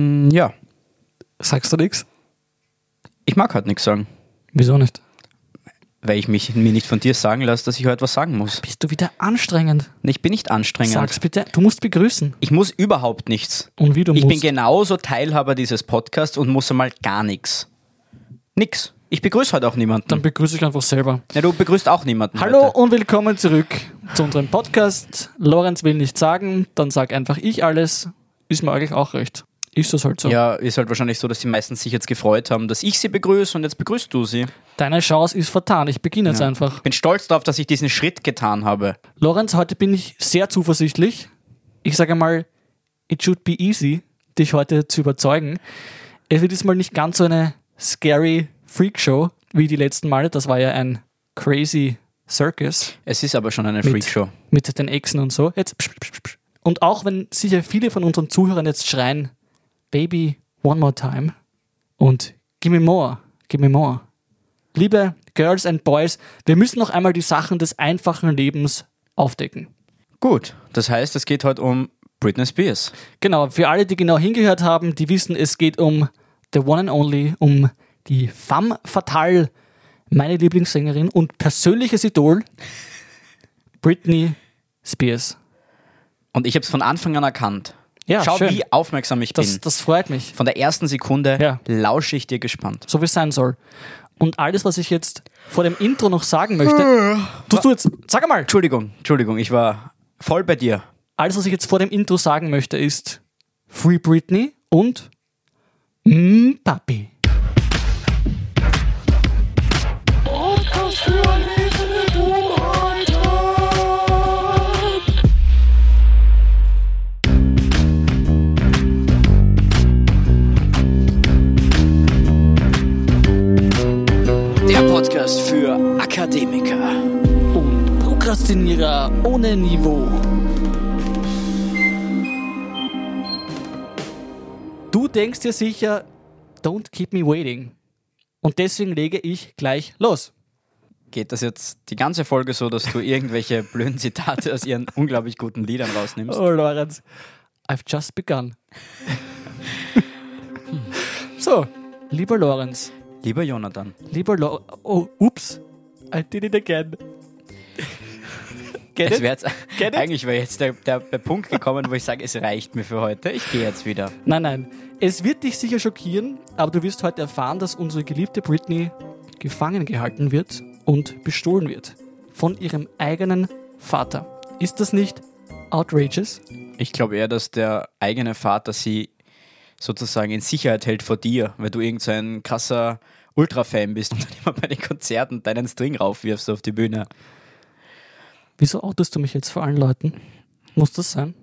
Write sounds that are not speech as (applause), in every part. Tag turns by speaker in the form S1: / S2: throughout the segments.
S1: Hm, Ja. Sagst du nix? Ich mag halt nichts sagen,
S2: Wieso nicht?
S1: weil ich mich mir nicht von dir sagen lasse, dass ich heute was sagen muss.
S2: Bist du wieder anstrengend?
S1: Ich bin nicht anstrengend.
S2: Sag's bitte. Du musst begrüßen.
S1: Ich muss überhaupt nichts.
S2: Und wie du
S1: Ich bin
S2: musst.
S1: genauso Teilhaber dieses Podcasts und muss einmal gar nichts. Nix. Ich begrüße heute auch niemanden.
S2: Dann begrüße ich einfach selber.
S1: ja, du begrüßt auch niemanden.
S2: Hallo
S1: Heute.
S2: und willkommen zurück zu unserem Podcast. Lorenz will nicht sagen, dann sag einfach ich alles. Ist mir eigentlich auch recht. Ist das halt so.
S1: Ja, ist halt wahrscheinlich so, dass die meisten sich jetzt gefreut haben, dass ich sie begrüße und jetzt begrüßt du sie.
S2: Deine Chance ist vertan. Ich beginne jetzt einfach.
S1: Ich bin stolz darauf, dass ich diesen Schritt getan habe.
S2: Lorenz, heute bin ich sehr zuversichtlich. Ich sage mal, it should be easy, dich heute zu überzeugen. Es wird diesmal nicht ganz so eine scary Freakshow wie die letzten Male. Das war ja ein crazy Circus
S1: Es ist aber schon eine
S2: Mit.
S1: Freakshow.
S2: mit den Echsen und so. Jetzt. psch, psch, psch, psch. Und auch wenn sicher viele von unseren Zuhörern jetzt schreien, Baby, one more time und give me more, give me more. Liebe Girls and Boys, wir müssen noch einmal die Sachen des einfachen Lebens aufdecken.
S1: Gut, das heißt, es geht heute um Britney Spears.
S2: Genau, für alle, die genau hingehört haben, die wissen, es geht um The One and Only, um die Femme Fatale, meine Lieblingssängerin und persönliches Idol, Britney Spears.
S1: Und ich habe es von Anfang an erkannt.
S2: Ja,
S1: Schau,
S2: schön.
S1: wie aufmerksam ich
S2: Das,
S1: bin.
S2: das freut mich,
S1: Von der ersten Sekunde
S2: Ja.
S1: lausche ich dir gespannt.
S2: so wie es sein soll. Und alles, was ich jetzt vor dem Intro noch
S1: (laughs)
S2: sagen möchte, tust du jetzt, sag einmal,
S1: Entschuldigung, Entschuldigung, ich war voll bei dir.
S2: alles, was ich jetzt vor dem Intro sagen möchte, ist Free Britney und mm, Papi.
S3: Podcast für erlesene Dummheiten.
S1: Der Podcast für Akademiker.
S2: und Prokrastinierer ohne Niveau. Du denkst dir sicher, don't keep me waiting. Und deswegen lege ich gleich los.
S1: Geht das jetzt die ganze Folge so, dass du irgendwelche (laughs) blöden Zitate aus ihren unglaublich guten Liedern rausnimmst?
S2: Oh, Lorenz, I've just begun. (laughs) so, lieber Lorenz,
S1: Lieber Jonathan,
S2: lieber Lo Oh, ups, I did it again. Get
S1: es
S2: it?
S1: wär jetzt,
S2: Get it?
S1: (laughs) eigentlich wäre jetzt der, der, der Punkt gekommen, wo ich sage, es reicht mir für heute. Ich gehe jetzt wieder.
S2: Nein, nein. Es wird dich sicher schockieren, aber du wirst heute erfahren, dass unsere geliebte Britney gefangen gehalten wird und bestohlen wird. Von ihrem eigenen Vater. Ist das nicht outrageous?
S1: Ich glaube eher, dass der eigene Vater sie sozusagen in Sicherheit hält vor dir, weil du irgend so ein krasser Ultra-Fan bist und dann immer bei den Konzerten deinen String raufwirfst auf die Bühne.
S2: Wieso outest du mich jetzt vor allen Leuten? Muss das sein?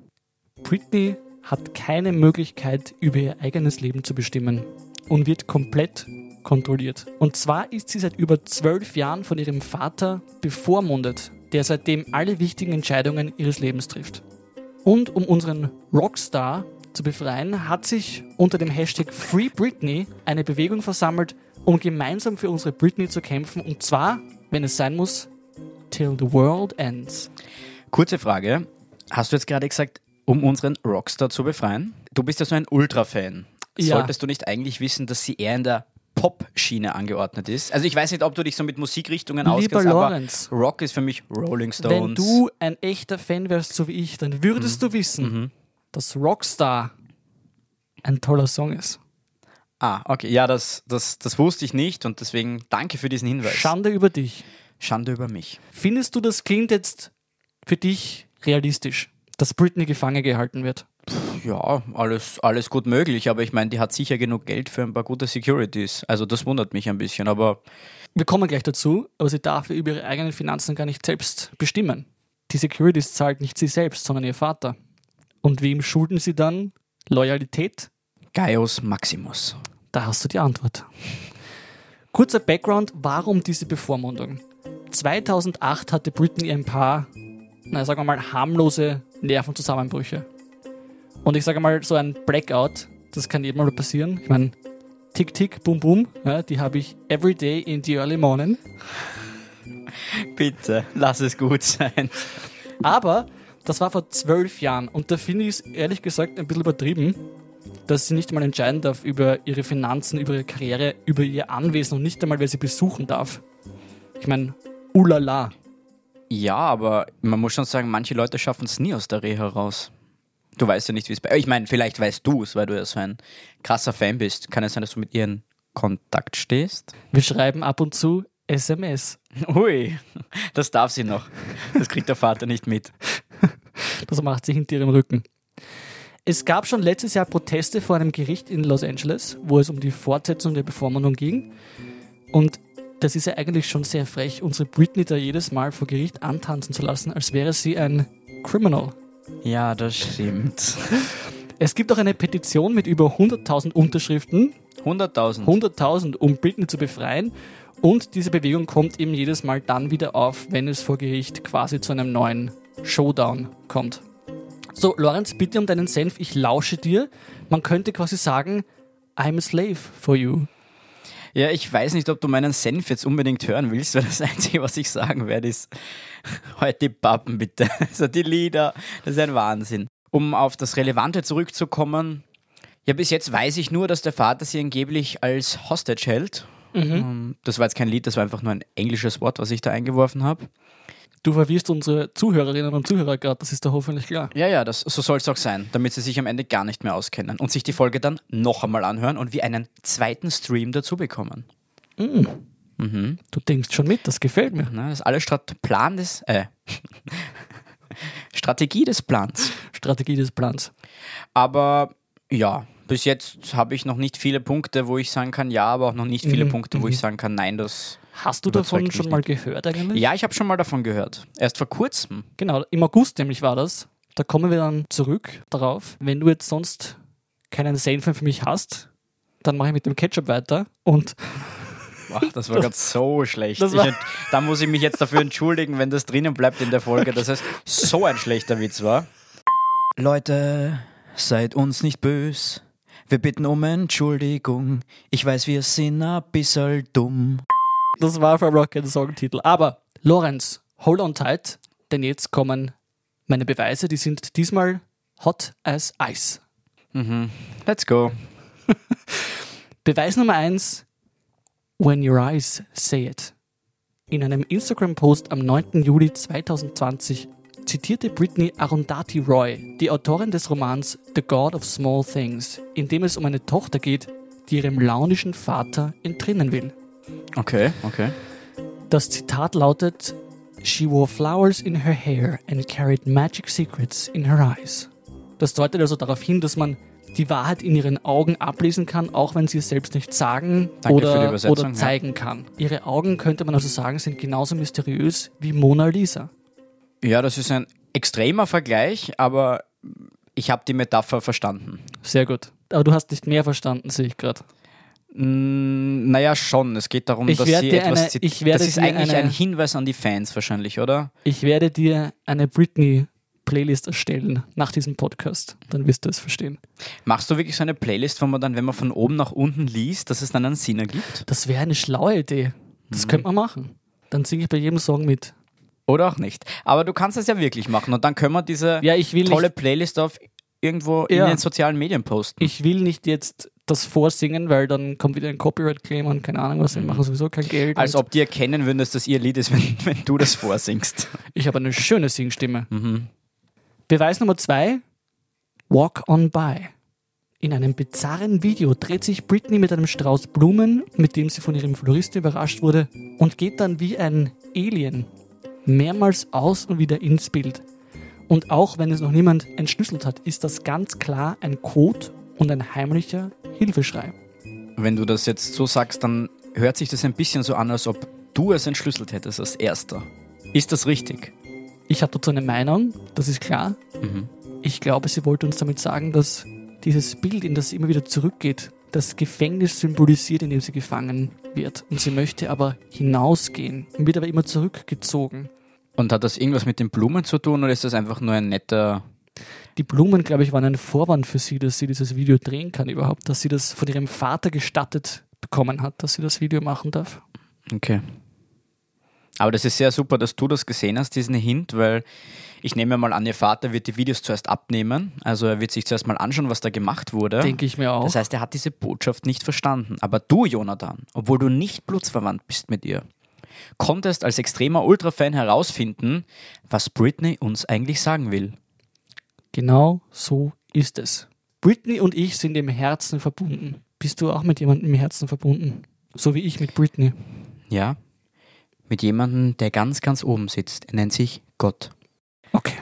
S2: Britney hat keine Möglichkeit, über ihr eigenes Leben zu bestimmen und wird komplett kontrolliert. Und zwar ist sie seit über zwölf Jahren von ihrem Vater bevormundet, der seitdem alle wichtigen Entscheidungen ihres Lebens trifft. Und um unseren Rockstar zu befreien, hat sich unter dem Hashtag Free Britney eine Bewegung versammelt, um gemeinsam für unsere Britney zu kämpfen. Und zwar, wenn es sein muss, Till the World Ends.
S1: Kurze Frage. Hast du jetzt gerade gesagt, um unseren Rockstar zu befreien? Du bist ja so ein Ultra-Fan.
S2: Ja.
S1: Solltest du nicht eigentlich wissen, dass sie eher in der Pop-Schiene angeordnet ist? Also ich weiß nicht, ob du dich so mit Musikrichtungen
S2: Lieber
S1: auskennst,
S2: Lorenz.
S1: aber Rock ist für mich Rolling Stones.
S2: Wenn du ein echter Fan wärst, so wie ich, dann würdest du wissen, dass Rockstar ein toller Song ist.
S1: ah, okay. Ja, das, das, das wusste ich nicht und deswegen danke für diesen Hinweis.
S2: Schande über dich.
S1: Schande über mich.
S2: Findest du, das klingt jetzt für dich realistisch, dass Britney gefangen gehalten wird?
S1: Ja, alles, alles gut möglich, aber ich meine, die hat sicher genug Geld für ein paar gute Securities. Also das wundert mich ein bisschen, aber
S2: Wir kommen gleich dazu, aber sie darf ja über ihre eigenen Finanzen gar nicht selbst bestimmen. Die Securities zahlt nicht sie selbst, sondern ihr Vater. Und wem schulden sie dann Loyalität?
S1: Gaius Maximus.
S2: Da hast du die Antwort. Kurzer Background, warum diese Bevormundung? 2008 hatte Britney ein paar, na, sagen wir mal, harmlose Nervenzusammenbrüche. Und ich sage mal, so ein Blackout, das kann jedem mal passieren. Ich meine, tick, tick, boom, boom, ja, die habe ich every day in the early morning.
S1: Bitte, lass es gut sein.
S2: Aber das war vor zwölf Jahren und da finde ich es ehrlich gesagt ein bisschen übertrieben. dass sie nicht mal entscheiden darf über ihre Finanzen, über ihre Karriere, über ihr Anwesen und nicht einmal, wer sie besuchen darf. Ich meine, ulala.
S1: Ja, aber man muss schon sagen, manche Leute schaffen es nie aus der Reha raus. Du weißt ja nicht, wie es bei. Ich meine, vielleicht weißt du es, weil du ja so ein krasser Fan bist. Kann es sein, dass du mit ihr in Kontakt stehst?
S2: Wir schreiben ab und zu SMS.
S1: (laughs) Ui, das darf sie noch. Das kriegt der Vater nicht mit.
S2: Das macht sie hinter ihrem Rücken. Es gab schon letztes Jahr Proteste vor einem Gericht in Los Angeles, wo es um die Fortsetzung der Bevormundung ging. Und das ist ja eigentlich schon sehr frech, unsere Britney da jedes Mal vor Gericht antanzen zu lassen, als wäre sie ein Criminal.
S1: Ja, das stimmt.
S2: Es gibt auch eine Petition mit über 100.000 Unterschriften,
S1: 100.000.
S2: 100.000, um Britney zu befreien. Und diese Bewegung kommt eben jedes Mal dann wieder auf, wenn es vor Gericht quasi zu einem neuen Showdown kommt. So, Lorenz, bitte um deinen Senf, ich lausche dir. Man könnte quasi sagen, I'm a slave for you.
S1: Ja, ich weiß nicht, ob du meinen Senf jetzt unbedingt hören willst, weil das (laughs) Einzige, was ich sagen werde, ist (laughs) heute die Pappen bitte. (laughs) Also die Lieder, das ist ein Wahnsinn. Um auf das Relevante zurückzukommen, ja, bis jetzt weiß ich nur, dass der Vater sie angeblich als Hostage hält. Ähm, Das war jetzt kein Lied, das war einfach nur ein englisches Wort, was ich da eingeworfen habe.
S2: Du verwirrst unsere Zuhörerinnen und Zuhörer gerade, das ist doch hoffentlich klar.
S1: Ja, ja, das, so soll es auch sein, damit sie sich am Ende gar nicht mehr auskennen und sich die Folge dann noch einmal anhören und wie einen zweiten Stream dazu bekommen.
S2: Du denkst schon mit, das gefällt mir.
S1: Ne, das ist alles Strat Plan des, äh, (laughs) Strategie des Plans.
S2: Strategie des Plans.
S1: Aber ja, bis jetzt habe ich noch nicht viele Punkte, wo ich sagen kann, ja, aber auch noch nicht viele
S2: Mhm,
S1: Punkte, wo ich sagen kann, nein, das.
S2: Hast du
S1: Überzeugt
S2: davon
S1: mich
S2: schon mal gehört eigentlich?
S1: Ja, ich habe schon mal davon gehört. Erst vor kurzem.
S2: Genau, im August nämlich war das. Da kommen wir dann zurück darauf. Wenn du jetzt sonst keinen Senf mehr für mich hast, dann mache ich mit dem Ketchup weiter. Und (laughs)
S1: Boah, (laughs) das war gerade so schlecht.
S2: das
S1: Ich,
S2: war-
S1: ent- da muss ich mich jetzt dafür entschuldigen, wenn das drinnen bleibt in der Folge, dass es so ein schlechter Witz war. Leute, seid uns nicht bös. Wir bitten um Entschuldigung. Ich weiß, wir sind ein bisschen dumm.
S2: das war vor allem auch kein Songtitel. Aber Lorenz, hold on tight, denn jetzt kommen meine Beweise. Die sind diesmal hot as ice.
S1: Let's go.
S2: Beweis Nummer eins: When your eyes say it. In einem Instagram-Post am 9. Juli 2020 zitierte Britney Arundhati Roy, die Autorin des Romans The God of Small Things, in dem es um eine Tochter geht, die ihrem launischen Vater entrinnen will.
S1: Okay, okay.
S2: Das Zitat lautet: She wore flowers in her hair and carried magic secrets in her eyes. Das deutet also darauf hin, dass man die Wahrheit in ihren Augen ablesen kann, auch wenn sie es selbst nicht sagen
S1: Danke für die
S2: oder,
S1: Übersetzung,
S2: oder
S1: ja.
S2: zeigen kann. Ihre Augen, könnte man also sagen, sind genauso mysteriös wie Mona Lisa.
S1: Ja, das ist ein extremer Vergleich, aber ich habe die Metapher verstanden.
S2: Sehr gut. Aber du hast nicht mehr verstanden, sehe ich gerade.
S1: Mm, naja, schon. Es geht darum,
S2: Ich
S1: dass
S2: werde
S1: sie
S2: dir
S1: etwas
S2: eine-
S1: zit-
S2: ich werde
S1: Das ist
S2: dir
S1: eigentlich
S2: eine-
S1: ein Hinweis an die Fans wahrscheinlich, oder?
S2: Ich werde dir eine Britney-Playlist erstellen nach diesem Podcast. Dann wirst du es verstehen.
S1: Machst du wirklich so eine Playlist, wo man dann, wenn man von oben nach unten liest, dass es dann einen Sinn ergibt?
S2: Das wäre eine schlaue Idee. Das könnte man machen. Dann singe ich bei jedem Song mit.
S1: Oder auch nicht. Aber du kannst es ja wirklich machen und dann können wir diese
S2: Ja, ich will
S1: tolle
S2: nicht,
S1: Playlist auf irgendwo
S2: Ja.
S1: in den sozialen Medien posten.
S2: ich will nicht jetzt das vorsingen, weil dann kommt wieder ein Copyright Claim und keine Ahnung was, wir machen sowieso kein Geld.
S1: Als
S2: und
S1: ob die erkennen würden, dass das ihr Lied ist, (laughs) wenn, wenn du das vorsingst.
S2: ich habe eine schöne Singstimme. Beweis Nummer zwei: Walk on by. In einem bizarren Video dreht sich Britney mit einem Strauß Blumen, mit dem sie von ihrem Floristen überrascht wurde, und geht dann wie ein Alien mehrmals aus und wieder ins Bild. Und auch wenn es noch niemand entschlüsselt hat, ist das ganz klar ein Code und ein heimlicher Hilfeschrei.
S1: Wenn du das jetzt so sagst, dann hört sich das ein bisschen so an, als ob du es entschlüsselt hättest als Erster. Ist das richtig?
S2: Ich habe dazu eine Meinung, das ist klar. Ich glaube, sie wollte uns damit sagen, dass dieses Bild, in das sie immer wieder zurückgeht, das Gefängnis symbolisiert, in dem sie gefangen wird. Und sie möchte aber hinausgehen und wird aber immer zurückgezogen.
S1: Und hat das irgendwas mit den Blumen zu tun oder ist das einfach nur ein netter.
S2: Die Blumen, glaube ich, waren ein Vorwand für sie, dass sie dieses Video drehen kann überhaupt, dass sie das von ihrem Vater gestattet bekommen hat, dass sie das Video machen darf.
S1: Okay. Aber das ist sehr super, dass du das gesehen hast, diesen Hint, weil ich nehme mal an, ihr Vater wird die Videos zuerst abnehmen. Also er wird sich zuerst mal anschauen, was da gemacht wurde.
S2: Denke ich mir auch.
S1: Das heißt, er hat diese Botschaft nicht verstanden. Aber du, Jonathan, obwohl du nicht blutsverwandt bist mit ihr, konntest als extremer Ultra-Fan herausfinden, was Britney uns eigentlich sagen will.
S2: Genau so ist es. Britney und ich sind im Herzen verbunden. Bist du auch mit jemandem im Herzen verbunden? So wie ich mit Britney.
S1: Ja? Mit jemandem, der ganz, ganz oben sitzt. Er nennt sich Gott.
S2: Okay.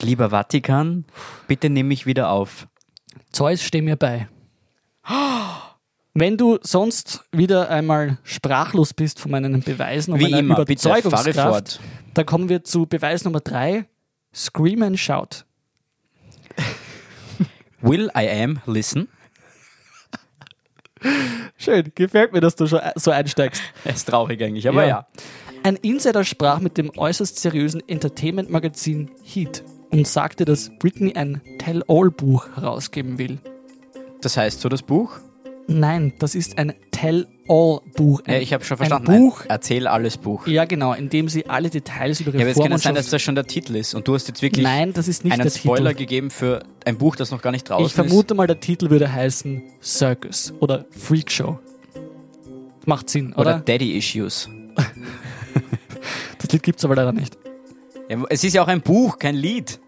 S1: Lieber Vatikan, bitte nimm mich wieder auf.
S2: Zeus, steh mir bei. Wenn du sonst wieder einmal sprachlos bist von meinen Beweisen und
S1: Wie
S2: meiner
S1: immer, bitte fahre
S2: Überzeugungskraft,
S1: fort.
S2: dann kommen wir zu Beweis Nummer drei. Scream and shout.
S1: Will I am listen?
S2: Schön, gefällt mir, dass du schon so einsteigst.
S1: Er ist traurig eigentlich, aber ja.
S2: Ein Insider sprach mit dem äußerst seriösen Entertainment-Magazin Heat und sagte, dass Britney ein Tell-All-Buch herausgeben will.
S1: Das heißt so das Buch?
S2: Nein, das ist ein Tell-All-Buch.
S1: Ja, ich habe schon verstanden.
S2: Ein Buch,
S1: Erzähl alles Buch.
S2: ja genau, in dem sie alle Details über ihre
S1: Ja, aber es kann ja sein,
S2: Vormundschaft...
S1: dass das schon der Titel ist und du hast jetzt wirklich
S2: Nein, das ist nicht
S1: einen
S2: der
S1: Spoiler
S2: Titel.
S1: gegeben für ein Buch, das noch gar nicht draußen
S2: Ich vermute mal, der Titel würde heißen Circus oder Freakshow. Macht Sinn,
S1: ist. Oder,
S2: oder?
S1: Daddy Issues.
S2: das Lied gibt's aber leider nicht.
S1: Ja, es ist ja auch ein Buch, kein Lied.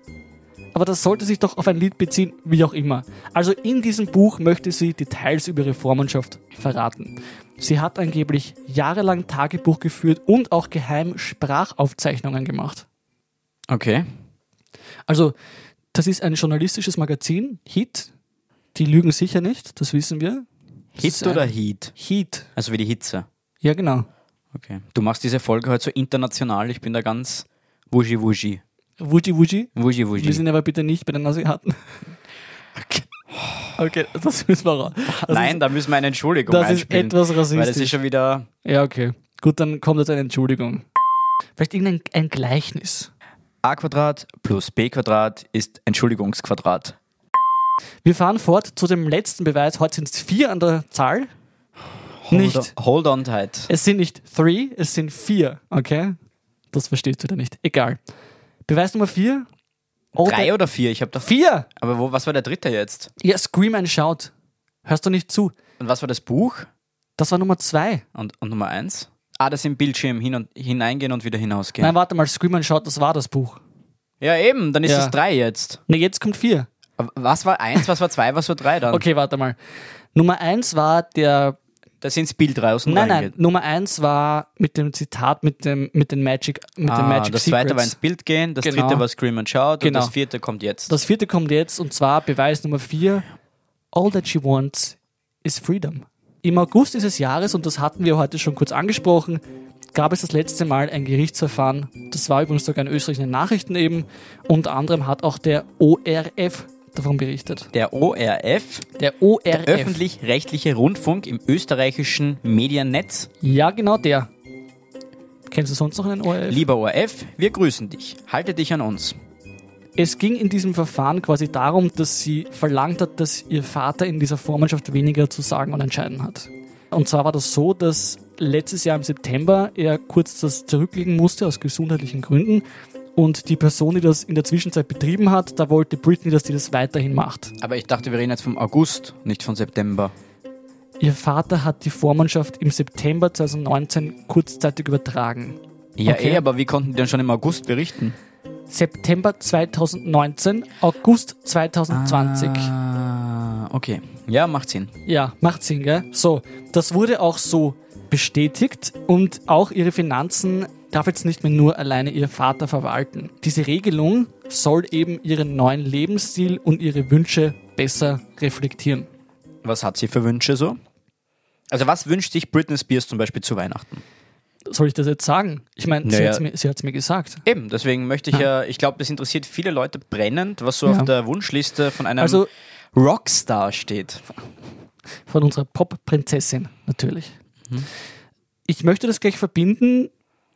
S2: aber das sollte sich doch auf ein Lied beziehen, wie auch immer. Also in diesem Buch möchte sie Details über ihre Vormundschaft verraten. Sie hat angeblich jahrelang Tagebuch geführt und auch geheim Sprachaufzeichnungen gemacht.
S1: Okay.
S2: Also das ist ein journalistisches Magazin, Hit. Die lügen sicher nicht, das wissen wir.
S1: Hit
S2: Sein-
S1: oder Heat?
S2: Hit.
S1: Also wie die Hitze.
S2: Ja, genau.
S1: Okay. Du machst diese Folge heute so international, ich bin da ganz wuji wuji.
S2: Wuji Wuji.
S1: Wuji
S2: Wir
S1: wuji.
S2: sind aber bitte nicht bei den Asiaten. Okay, okay das müssen wir raus. Das
S1: Nein, da müssen wir eine Entschuldigung
S2: Das ist
S1: einspielen.
S2: etwas
S1: Weil das
S2: rassistisch.
S1: ist schon wieder...
S2: Ja, okay. Gut, dann kommt jetzt eine Entschuldigung. Vielleicht irgendein ein Gleichnis.
S1: a Quadrat plus b Quadrat ist Entschuldigungsquadrat.
S2: Wir fahren fort zu dem letzten Beweis. Heute sind es vier an der Zahl. Nicht.
S1: Hold on, hold on tight.
S2: Es sind nicht three, es sind vier. Okay? Das verstehst du da nicht. Egal. Beweis Nummer vier. Oh,
S1: Drei
S2: der-
S1: oder vier? Ich habe da vier.
S2: Vier!
S1: Aber wo, was war der dritte jetzt?
S2: Ja, Scream and Shout. Hörst du nicht zu?
S1: Und was war das Buch?
S2: Das war Nummer zwei.
S1: Und, und Nummer eins? Ah, das im Bildschirm hin und, hineingehen und wieder hinausgehen.
S2: Nein, warte mal, Scream and Shout, das war das Buch.
S1: ja, eben, dann ist
S2: Ja.
S1: es drei jetzt.
S2: Ne, jetzt kommt vier.
S1: Aber Was war eins, was war zwei, was war drei dann?
S2: Okay, warte mal. Nummer eins war der
S1: Da sind es Bild raus und
S2: Nein,
S1: rein
S2: nein,
S1: geht.
S2: Nummer eins war mit dem Zitat mit dem mit den Magic mit
S1: Ah,
S2: den Magic
S1: das
S2: Secrets.
S1: zweite war ins Bild gehen, das
S2: Genau.
S1: dritte war Scream and Shout
S2: Genau.
S1: und das vierte kommt jetzt.
S2: das vierte kommt jetzt und zwar Beweis Nummer vier. All that she wants is freedom. Im August dieses Jahres, und das hatten wir heute schon kurz angesprochen, gab es das letzte Mal ein Gerichtsverfahren. Das war übrigens sogar in Österreich in den Nachrichten eben. Unter anderem hat auch der ORF davon berichtet.
S1: der ORF,
S2: Der ORF.
S1: öffentlich-rechtliche Rundfunk im österreichischen Mediennetz.
S2: ja, genau der. Kennst du sonst noch einen ORF?
S1: Lieber ORF, wir grüßen dich. Halte dich an uns.
S2: Es ging in diesem Verfahren quasi darum, dass sie verlangt hat, dass ihr Vater in dieser Vormundschaft weniger zu sagen und entscheiden hat. Und zwar war das so, dass letztes Jahr im September er kurz das zurücklegen musste aus gesundheitlichen Gründen. Und die Person, die das in der Zwischenzeit betrieben hat, da wollte Britney, dass die das weiterhin macht.
S1: Aber ich dachte, wir reden jetzt vom August, nicht von September.
S2: Ihr Vater hat die Vormundschaft im September 2019 kurzzeitig übertragen.
S1: Ja,
S2: Okay.
S1: eh, aber wie konnten die dann schon im August berichten?
S2: September 2019, August 2020.
S1: Ah, okay. Ja, macht Sinn.
S2: Ja, macht Sinn, gell? So, das wurde auch so bestätigt und auch ihre Finanzen darf jetzt nicht mehr nur alleine ihr Vater verwalten. Diese Regelung soll eben ihren neuen Lebensstil und ihre Wünsche besser reflektieren.
S1: Was hat sie für Wünsche so? Also was wünscht sich Britney Spears zum Beispiel zu Weihnachten?
S2: Soll ich das jetzt sagen? Ich meine, sie
S1: Naja. Ähm,
S2: hat's mir, sie hat's mir gesagt.
S1: Eben, deswegen möchte ich ja, ich glaube, das interessiert viele Leute brennend, was so
S2: Ja.
S1: auf der Wunschliste von einem
S2: Also-
S1: Rockstar steht.
S2: Von unserer Pop-Prinzessin natürlich.
S1: Mhm.
S2: Ich möchte das gleich verbinden.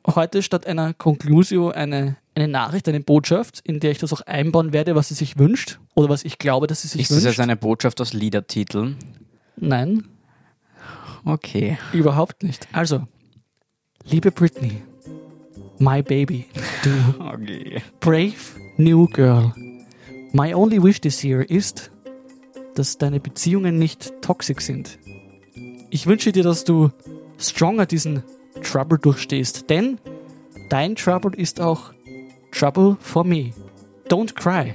S2: Heute statt einer Conclusio eine, eine Nachricht, eine Botschaft, in der ich das auch einbauen werde, was sie sich wünscht oder was ich glaube, dass sie sich
S1: Ist das
S2: wünscht.
S1: jetzt eine Botschaft aus Liedertiteln?
S2: Nein,
S1: Okay.
S2: überhaupt nicht. Also, Liebe Britney, my baby, du
S1: Okay.
S2: brave new girl. My only wish this year ist, dass deine Beziehungen nicht toxisch sind. Ich wünsche dir, dass du stronger diesen Trouble durchstehst, denn dein Trouble ist auch Trouble for me. Don't cry.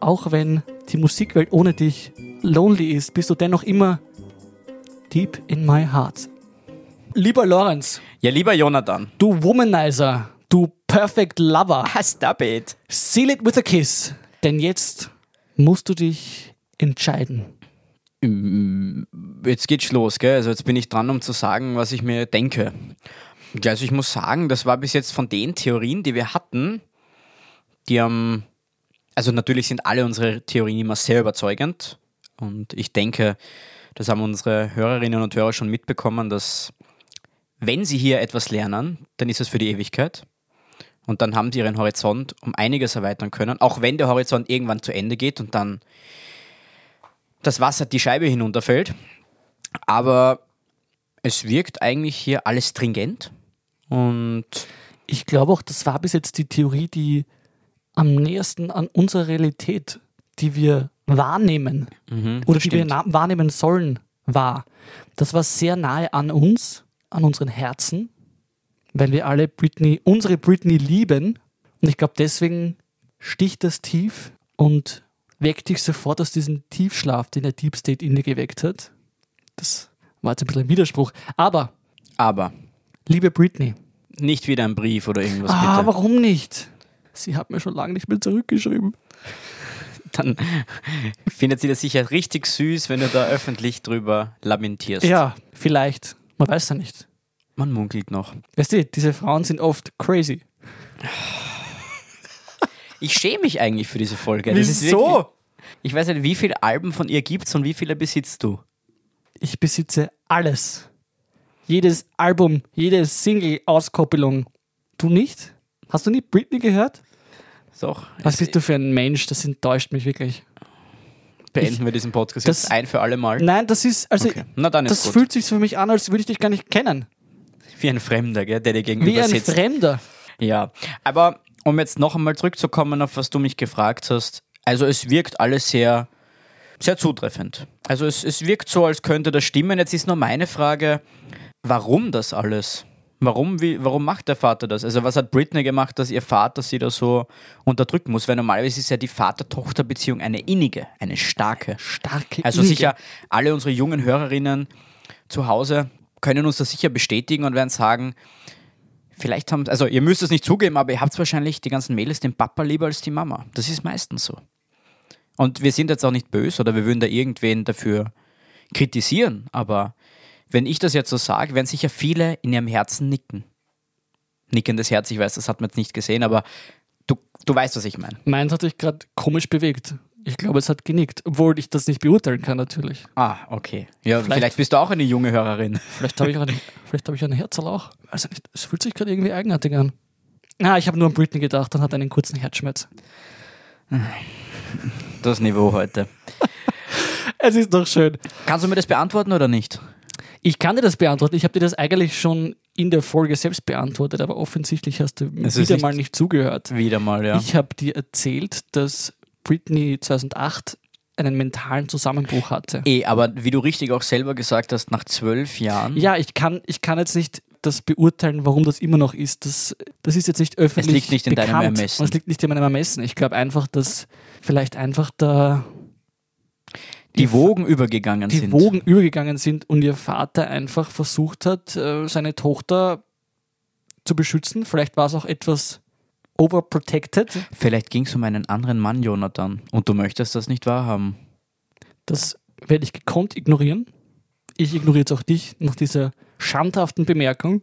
S2: Auch wenn die Musikwelt ohne dich lonely ist, bist du dennoch immer deep in my heart. Lieber Lorenz,
S1: Ja, lieber Jonathan.
S2: du Womanizer, du Perfect Lover.
S1: Ah, stop it.
S2: Seal it with a kiss. Denn jetzt musst du dich entscheiden.
S1: Jetzt geht's los, gell? Also jetzt bin ich dran, um zu sagen, was ich mir denke. Ja, Also ich muss sagen, das war bis jetzt von den Theorien, die wir hatten, die am... also natürlich sind alle unsere Theorien immer sehr überzeugend. Und ich denke, das haben unsere Hörerinnen und Hörer schon mitbekommen, dass wenn sie hier etwas lernen, dann ist es für die Ewigkeit. Und dann haben sie ihren Horizont um einiges erweitern können, auch wenn der Horizont irgendwann zu Ende geht und dann das Wasser die Scheibe hinunterfällt. Aber es wirkt eigentlich hier alles stringent. Und
S2: Ich glaube auch, das war bis jetzt die Theorie, die am nähersten an unserer Realität, die wir wahrnehmen oder die wir na- wahrnehmen sollen, war. Das war sehr nahe an uns, an unseren Herzen, weil wir alle Britney, unsere Britney lieben. Und ich glaube, deswegen sticht das tief und weckt dich sofort aus diesem Tiefschlaf, den der Deep State in dir geweckt hat. Das war jetzt ein bisschen ein Widerspruch. Aber,
S1: aber
S2: liebe Britney,
S1: nicht wieder ein Brief oder irgendwas
S2: ah,
S1: bitte.
S2: warum nicht? Sie hat mir schon lange nicht mehr zurückgeschrieben.
S1: Dann (laughs) findet sie das sicher richtig süß, wenn du da öffentlich drüber lamentierst.
S2: Ja, vielleicht. Man weiß ja nicht.
S1: Man munkelt noch.
S2: Weißt du, diese Frauen sind oft crazy.
S1: Ich schäme mich eigentlich für diese Folge. Das ist wirklich,
S2: Wieso?
S1: ich weiß nicht, wie viele Alben von ihr gibt's und wie viele besitzt du?
S2: Ich besitze alles. Jedes Album, jede Single-Auskoppelung. Du nicht? Hast du nie Britney gehört?
S1: Doch.
S2: Was bist du für ein Mensch? Das enttäuscht mich wirklich.
S1: Beenden wir diesen Podcast
S2: Das-
S1: jetzt ein für alle Mal.
S2: Nein, das ist, also,
S1: Okay. Na dann ist
S2: das
S1: gut.
S2: fühlt sich für mich an, als würde ich dich gar nicht kennen.
S1: Wie ein Fremder, gell, der dir gegenüber
S2: Wie ein
S1: sitzt.
S2: Fremder.
S1: Ja, aber um jetzt noch einmal zurückzukommen auf was du mich gefragt hast, also es wirkt alles sehr, sehr zutreffend. Also es, es wirkt so, als könnte das stimmen. Jetzt ist nur meine Frage, warum das alles? Warum, wie, warum macht der Vater das? Also was hat Britney gemacht, dass ihr Vater sie da so unterdrücken muss? Weil normalerweise ist ja die Vater-Tochter-Beziehung eine innige, eine starke.
S2: Starke
S1: Also
S2: Inge.
S1: sicher, alle unsere jungen Hörerinnen zu Hause können uns das sicher bestätigen und werden sagen, vielleicht haben, also ihr müsst es nicht zugeben, aber ihr habt wahrscheinlich die ganzen Mädels den Papa lieber als die Mama. Das ist meistens so. Und wir sind jetzt auch nicht böse oder wir würden da irgendwen dafür kritisieren, aber wenn ich das jetzt so sage, werden sicher viele in ihrem Herzen nicken. Nickendes Herz, ich weiß, das hat man jetzt nicht gesehen, aber du, du weißt, was ich meine.
S2: Meins hat dich gerade komisch bewegt. Ich glaube, es hat genickt, obwohl ich das nicht beurteilen kann, natürlich.
S1: Ah, okay. Ja, vielleicht,
S2: Vielleicht-
S1: vielleicht bist du auch eine junge Hörerin.
S2: Vielleicht habe ich, auch einen- vielleicht habe ich einen Herzerl auch. Weiß ich nicht. Es fühlt sich gerade irgendwie eigenartig an. Na, ich habe nur an Britney gedacht und hatte einen kurzen Herzschmerz.
S1: Das Niveau heute.
S2: Es ist doch schön.
S1: Kannst du mir das beantworten oder nicht?
S2: Ich kann dir das beantworten. Ich habe dir das eigentlich schon in der Folge selbst beantwortet, aber offensichtlich hast du
S1: Es
S2: wieder
S1: ist nicht-
S2: mal nicht zugehört.
S1: Wieder mal, ja.
S2: Ich habe dir erzählt, dass Britney 2008 einen mentalen Zusammenbruch hatte.
S1: eh, aber wie du richtig auch selber gesagt hast, nach zwölf Jahren.
S2: Ja, ich kann, ich kann jetzt nicht das beurteilen, warum das immer noch ist. Das, das ist jetzt nicht öffentlich.
S1: Es liegt nicht in deinem
S2: bekannt.
S1: Ermessen.
S2: Es liegt nicht in meinem Ermessen. Ich glaube einfach, dass vielleicht einfach da
S1: die Wogen übergegangen
S2: die
S1: sind.
S2: Wogen übergegangen sind und ihr Vater einfach versucht hat, äh, seine Tochter zu beschützen. Vielleicht war es auch etwas overprotected.
S1: Vielleicht ging es um einen anderen Mann, Jonathan. Und du möchtest das nicht wahrhaben.
S2: Das werde ich gekonnt ignorieren. Ich ignoriere jetzt auch dich nach dieser schandhaften Bemerkung.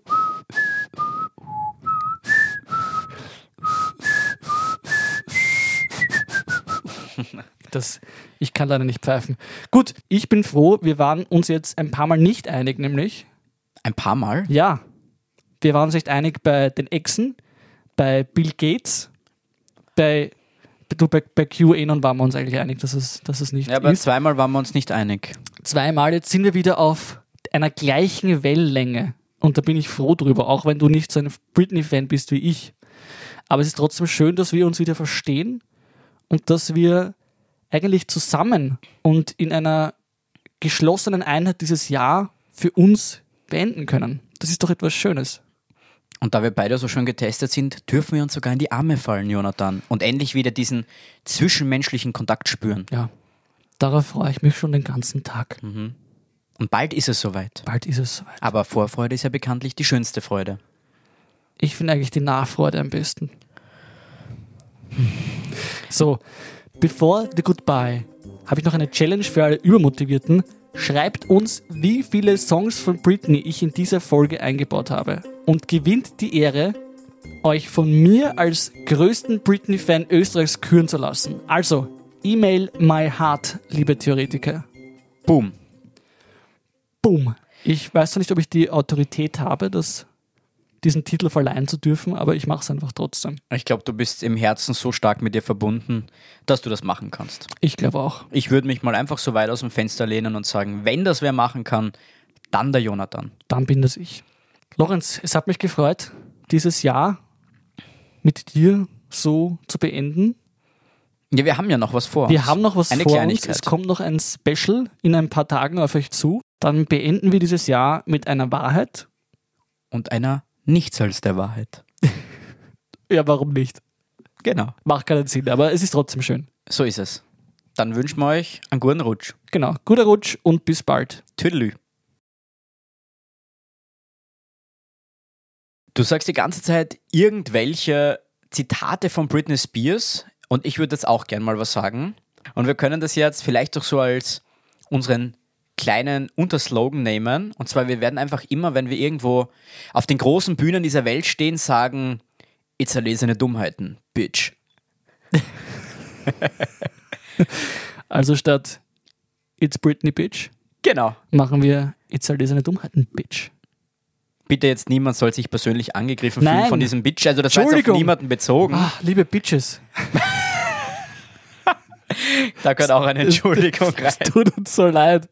S2: Das, ich kann leider nicht pfeifen. Gut, ich bin froh, wir waren uns jetzt ein paar Mal nicht einig, nämlich,
S1: Ein paar Mal?
S2: ja, wir waren uns nicht einig bei den Echsen, bei Bill Gates, bei, du, bei, bei QAnon waren wir uns eigentlich einig, dass es, dass es nicht
S1: Ja, aber
S2: ist
S1: zweimal waren wir uns nicht einig.
S2: zweimal. Jetzt sind wir wieder auf einer gleichen Wellenlänge. Und da bin ich froh drüber, auch wenn du nicht so ein Britney-Fan bist wie ich. Aber es ist trotzdem schön, dass wir uns wieder verstehen und dass wir eigentlich zusammen und in einer geschlossenen Einheit dieses Jahr für uns beenden können. Das ist doch etwas Schönes.
S1: Und da wir beide so schön getestet sind, dürfen wir uns sogar in die Arme fallen, Jonathan. Und endlich wieder diesen zwischenmenschlichen Kontakt spüren.
S2: Ja. Darauf freue ich mich schon den ganzen Tag.
S1: Und bald ist es soweit.
S2: Bald ist es soweit.
S1: Aber Vorfreude ist ja bekanntlich die schönste Freude.
S2: Ich finde eigentlich die Nachfreude am besten. So, bevor the Goodbye habe ich noch eine Challenge für alle Übermotivierten. Schreibt uns, wie viele Songs von Britney ich in dieser Folge eingebaut habe. Und gewinnt die Ehre, euch von mir als größten Britney-Fan Österreichs küren zu lassen. Also, E-Mail my heart, liebe Theoretiker.
S1: Boom.
S2: Boom. Ich weiß noch nicht, ob ich die Autorität habe, das, diesen Titel verleihen zu dürfen, aber ich mache es einfach trotzdem.
S1: Ich glaube, du bist im Herzen so stark mit dir verbunden, dass du das machen kannst.
S2: Ich glaube auch.
S1: Ich würde mich mal einfach so weit aus dem Fenster lehnen und sagen, wenn das wer machen kann, dann der Jonathan.
S2: Dann bin das ich. Lorenz, es hat mich gefreut, dieses Jahr mit dir so zu beenden.
S1: Ja, wir haben ja noch was vor.
S2: Wir
S1: uns.
S2: haben noch was
S1: Eine
S2: vor
S1: Kleinigkeit.
S2: uns. Es kommt noch ein Special in ein paar Tagen auf euch zu. Dann beenden wir dieses Jahr mit einer Wahrheit.
S1: Und einer nichts als der Wahrheit.
S2: Ja, warum nicht?
S1: Genau.
S2: Macht keinen Sinn, aber es ist trotzdem schön.
S1: So ist es. Dann wünschen wir euch einen guten Rutsch.
S2: Genau. Guter Rutsch und bis bald.
S1: Tüdelü. Du sagst die ganze Zeit irgendwelche Zitate von Britney Spears und ich würde jetzt auch gern mal was sagen. Und wir können das jetzt vielleicht doch so als unseren kleinen Unterslogan nehmen. Und zwar, wir werden einfach immer, wenn wir irgendwo auf den großen Bühnen dieser Welt stehen, sagen, it's erlesene Dummheiten, bitch.
S2: Also statt It's Britney Bitch
S1: Genau.
S2: machen wir It's all eine Dummheiten Bitch.
S1: Bitte jetzt niemand soll sich persönlich angegriffen
S2: Nein.
S1: fühlen von diesem Bitch. Also das war jetzt auf
S2: Entschuldigung.
S1: niemanden bezogen.
S2: Ah, liebe Bitches.
S1: Da gehört auch eine Entschuldigung rein.
S2: Tut uns so leid.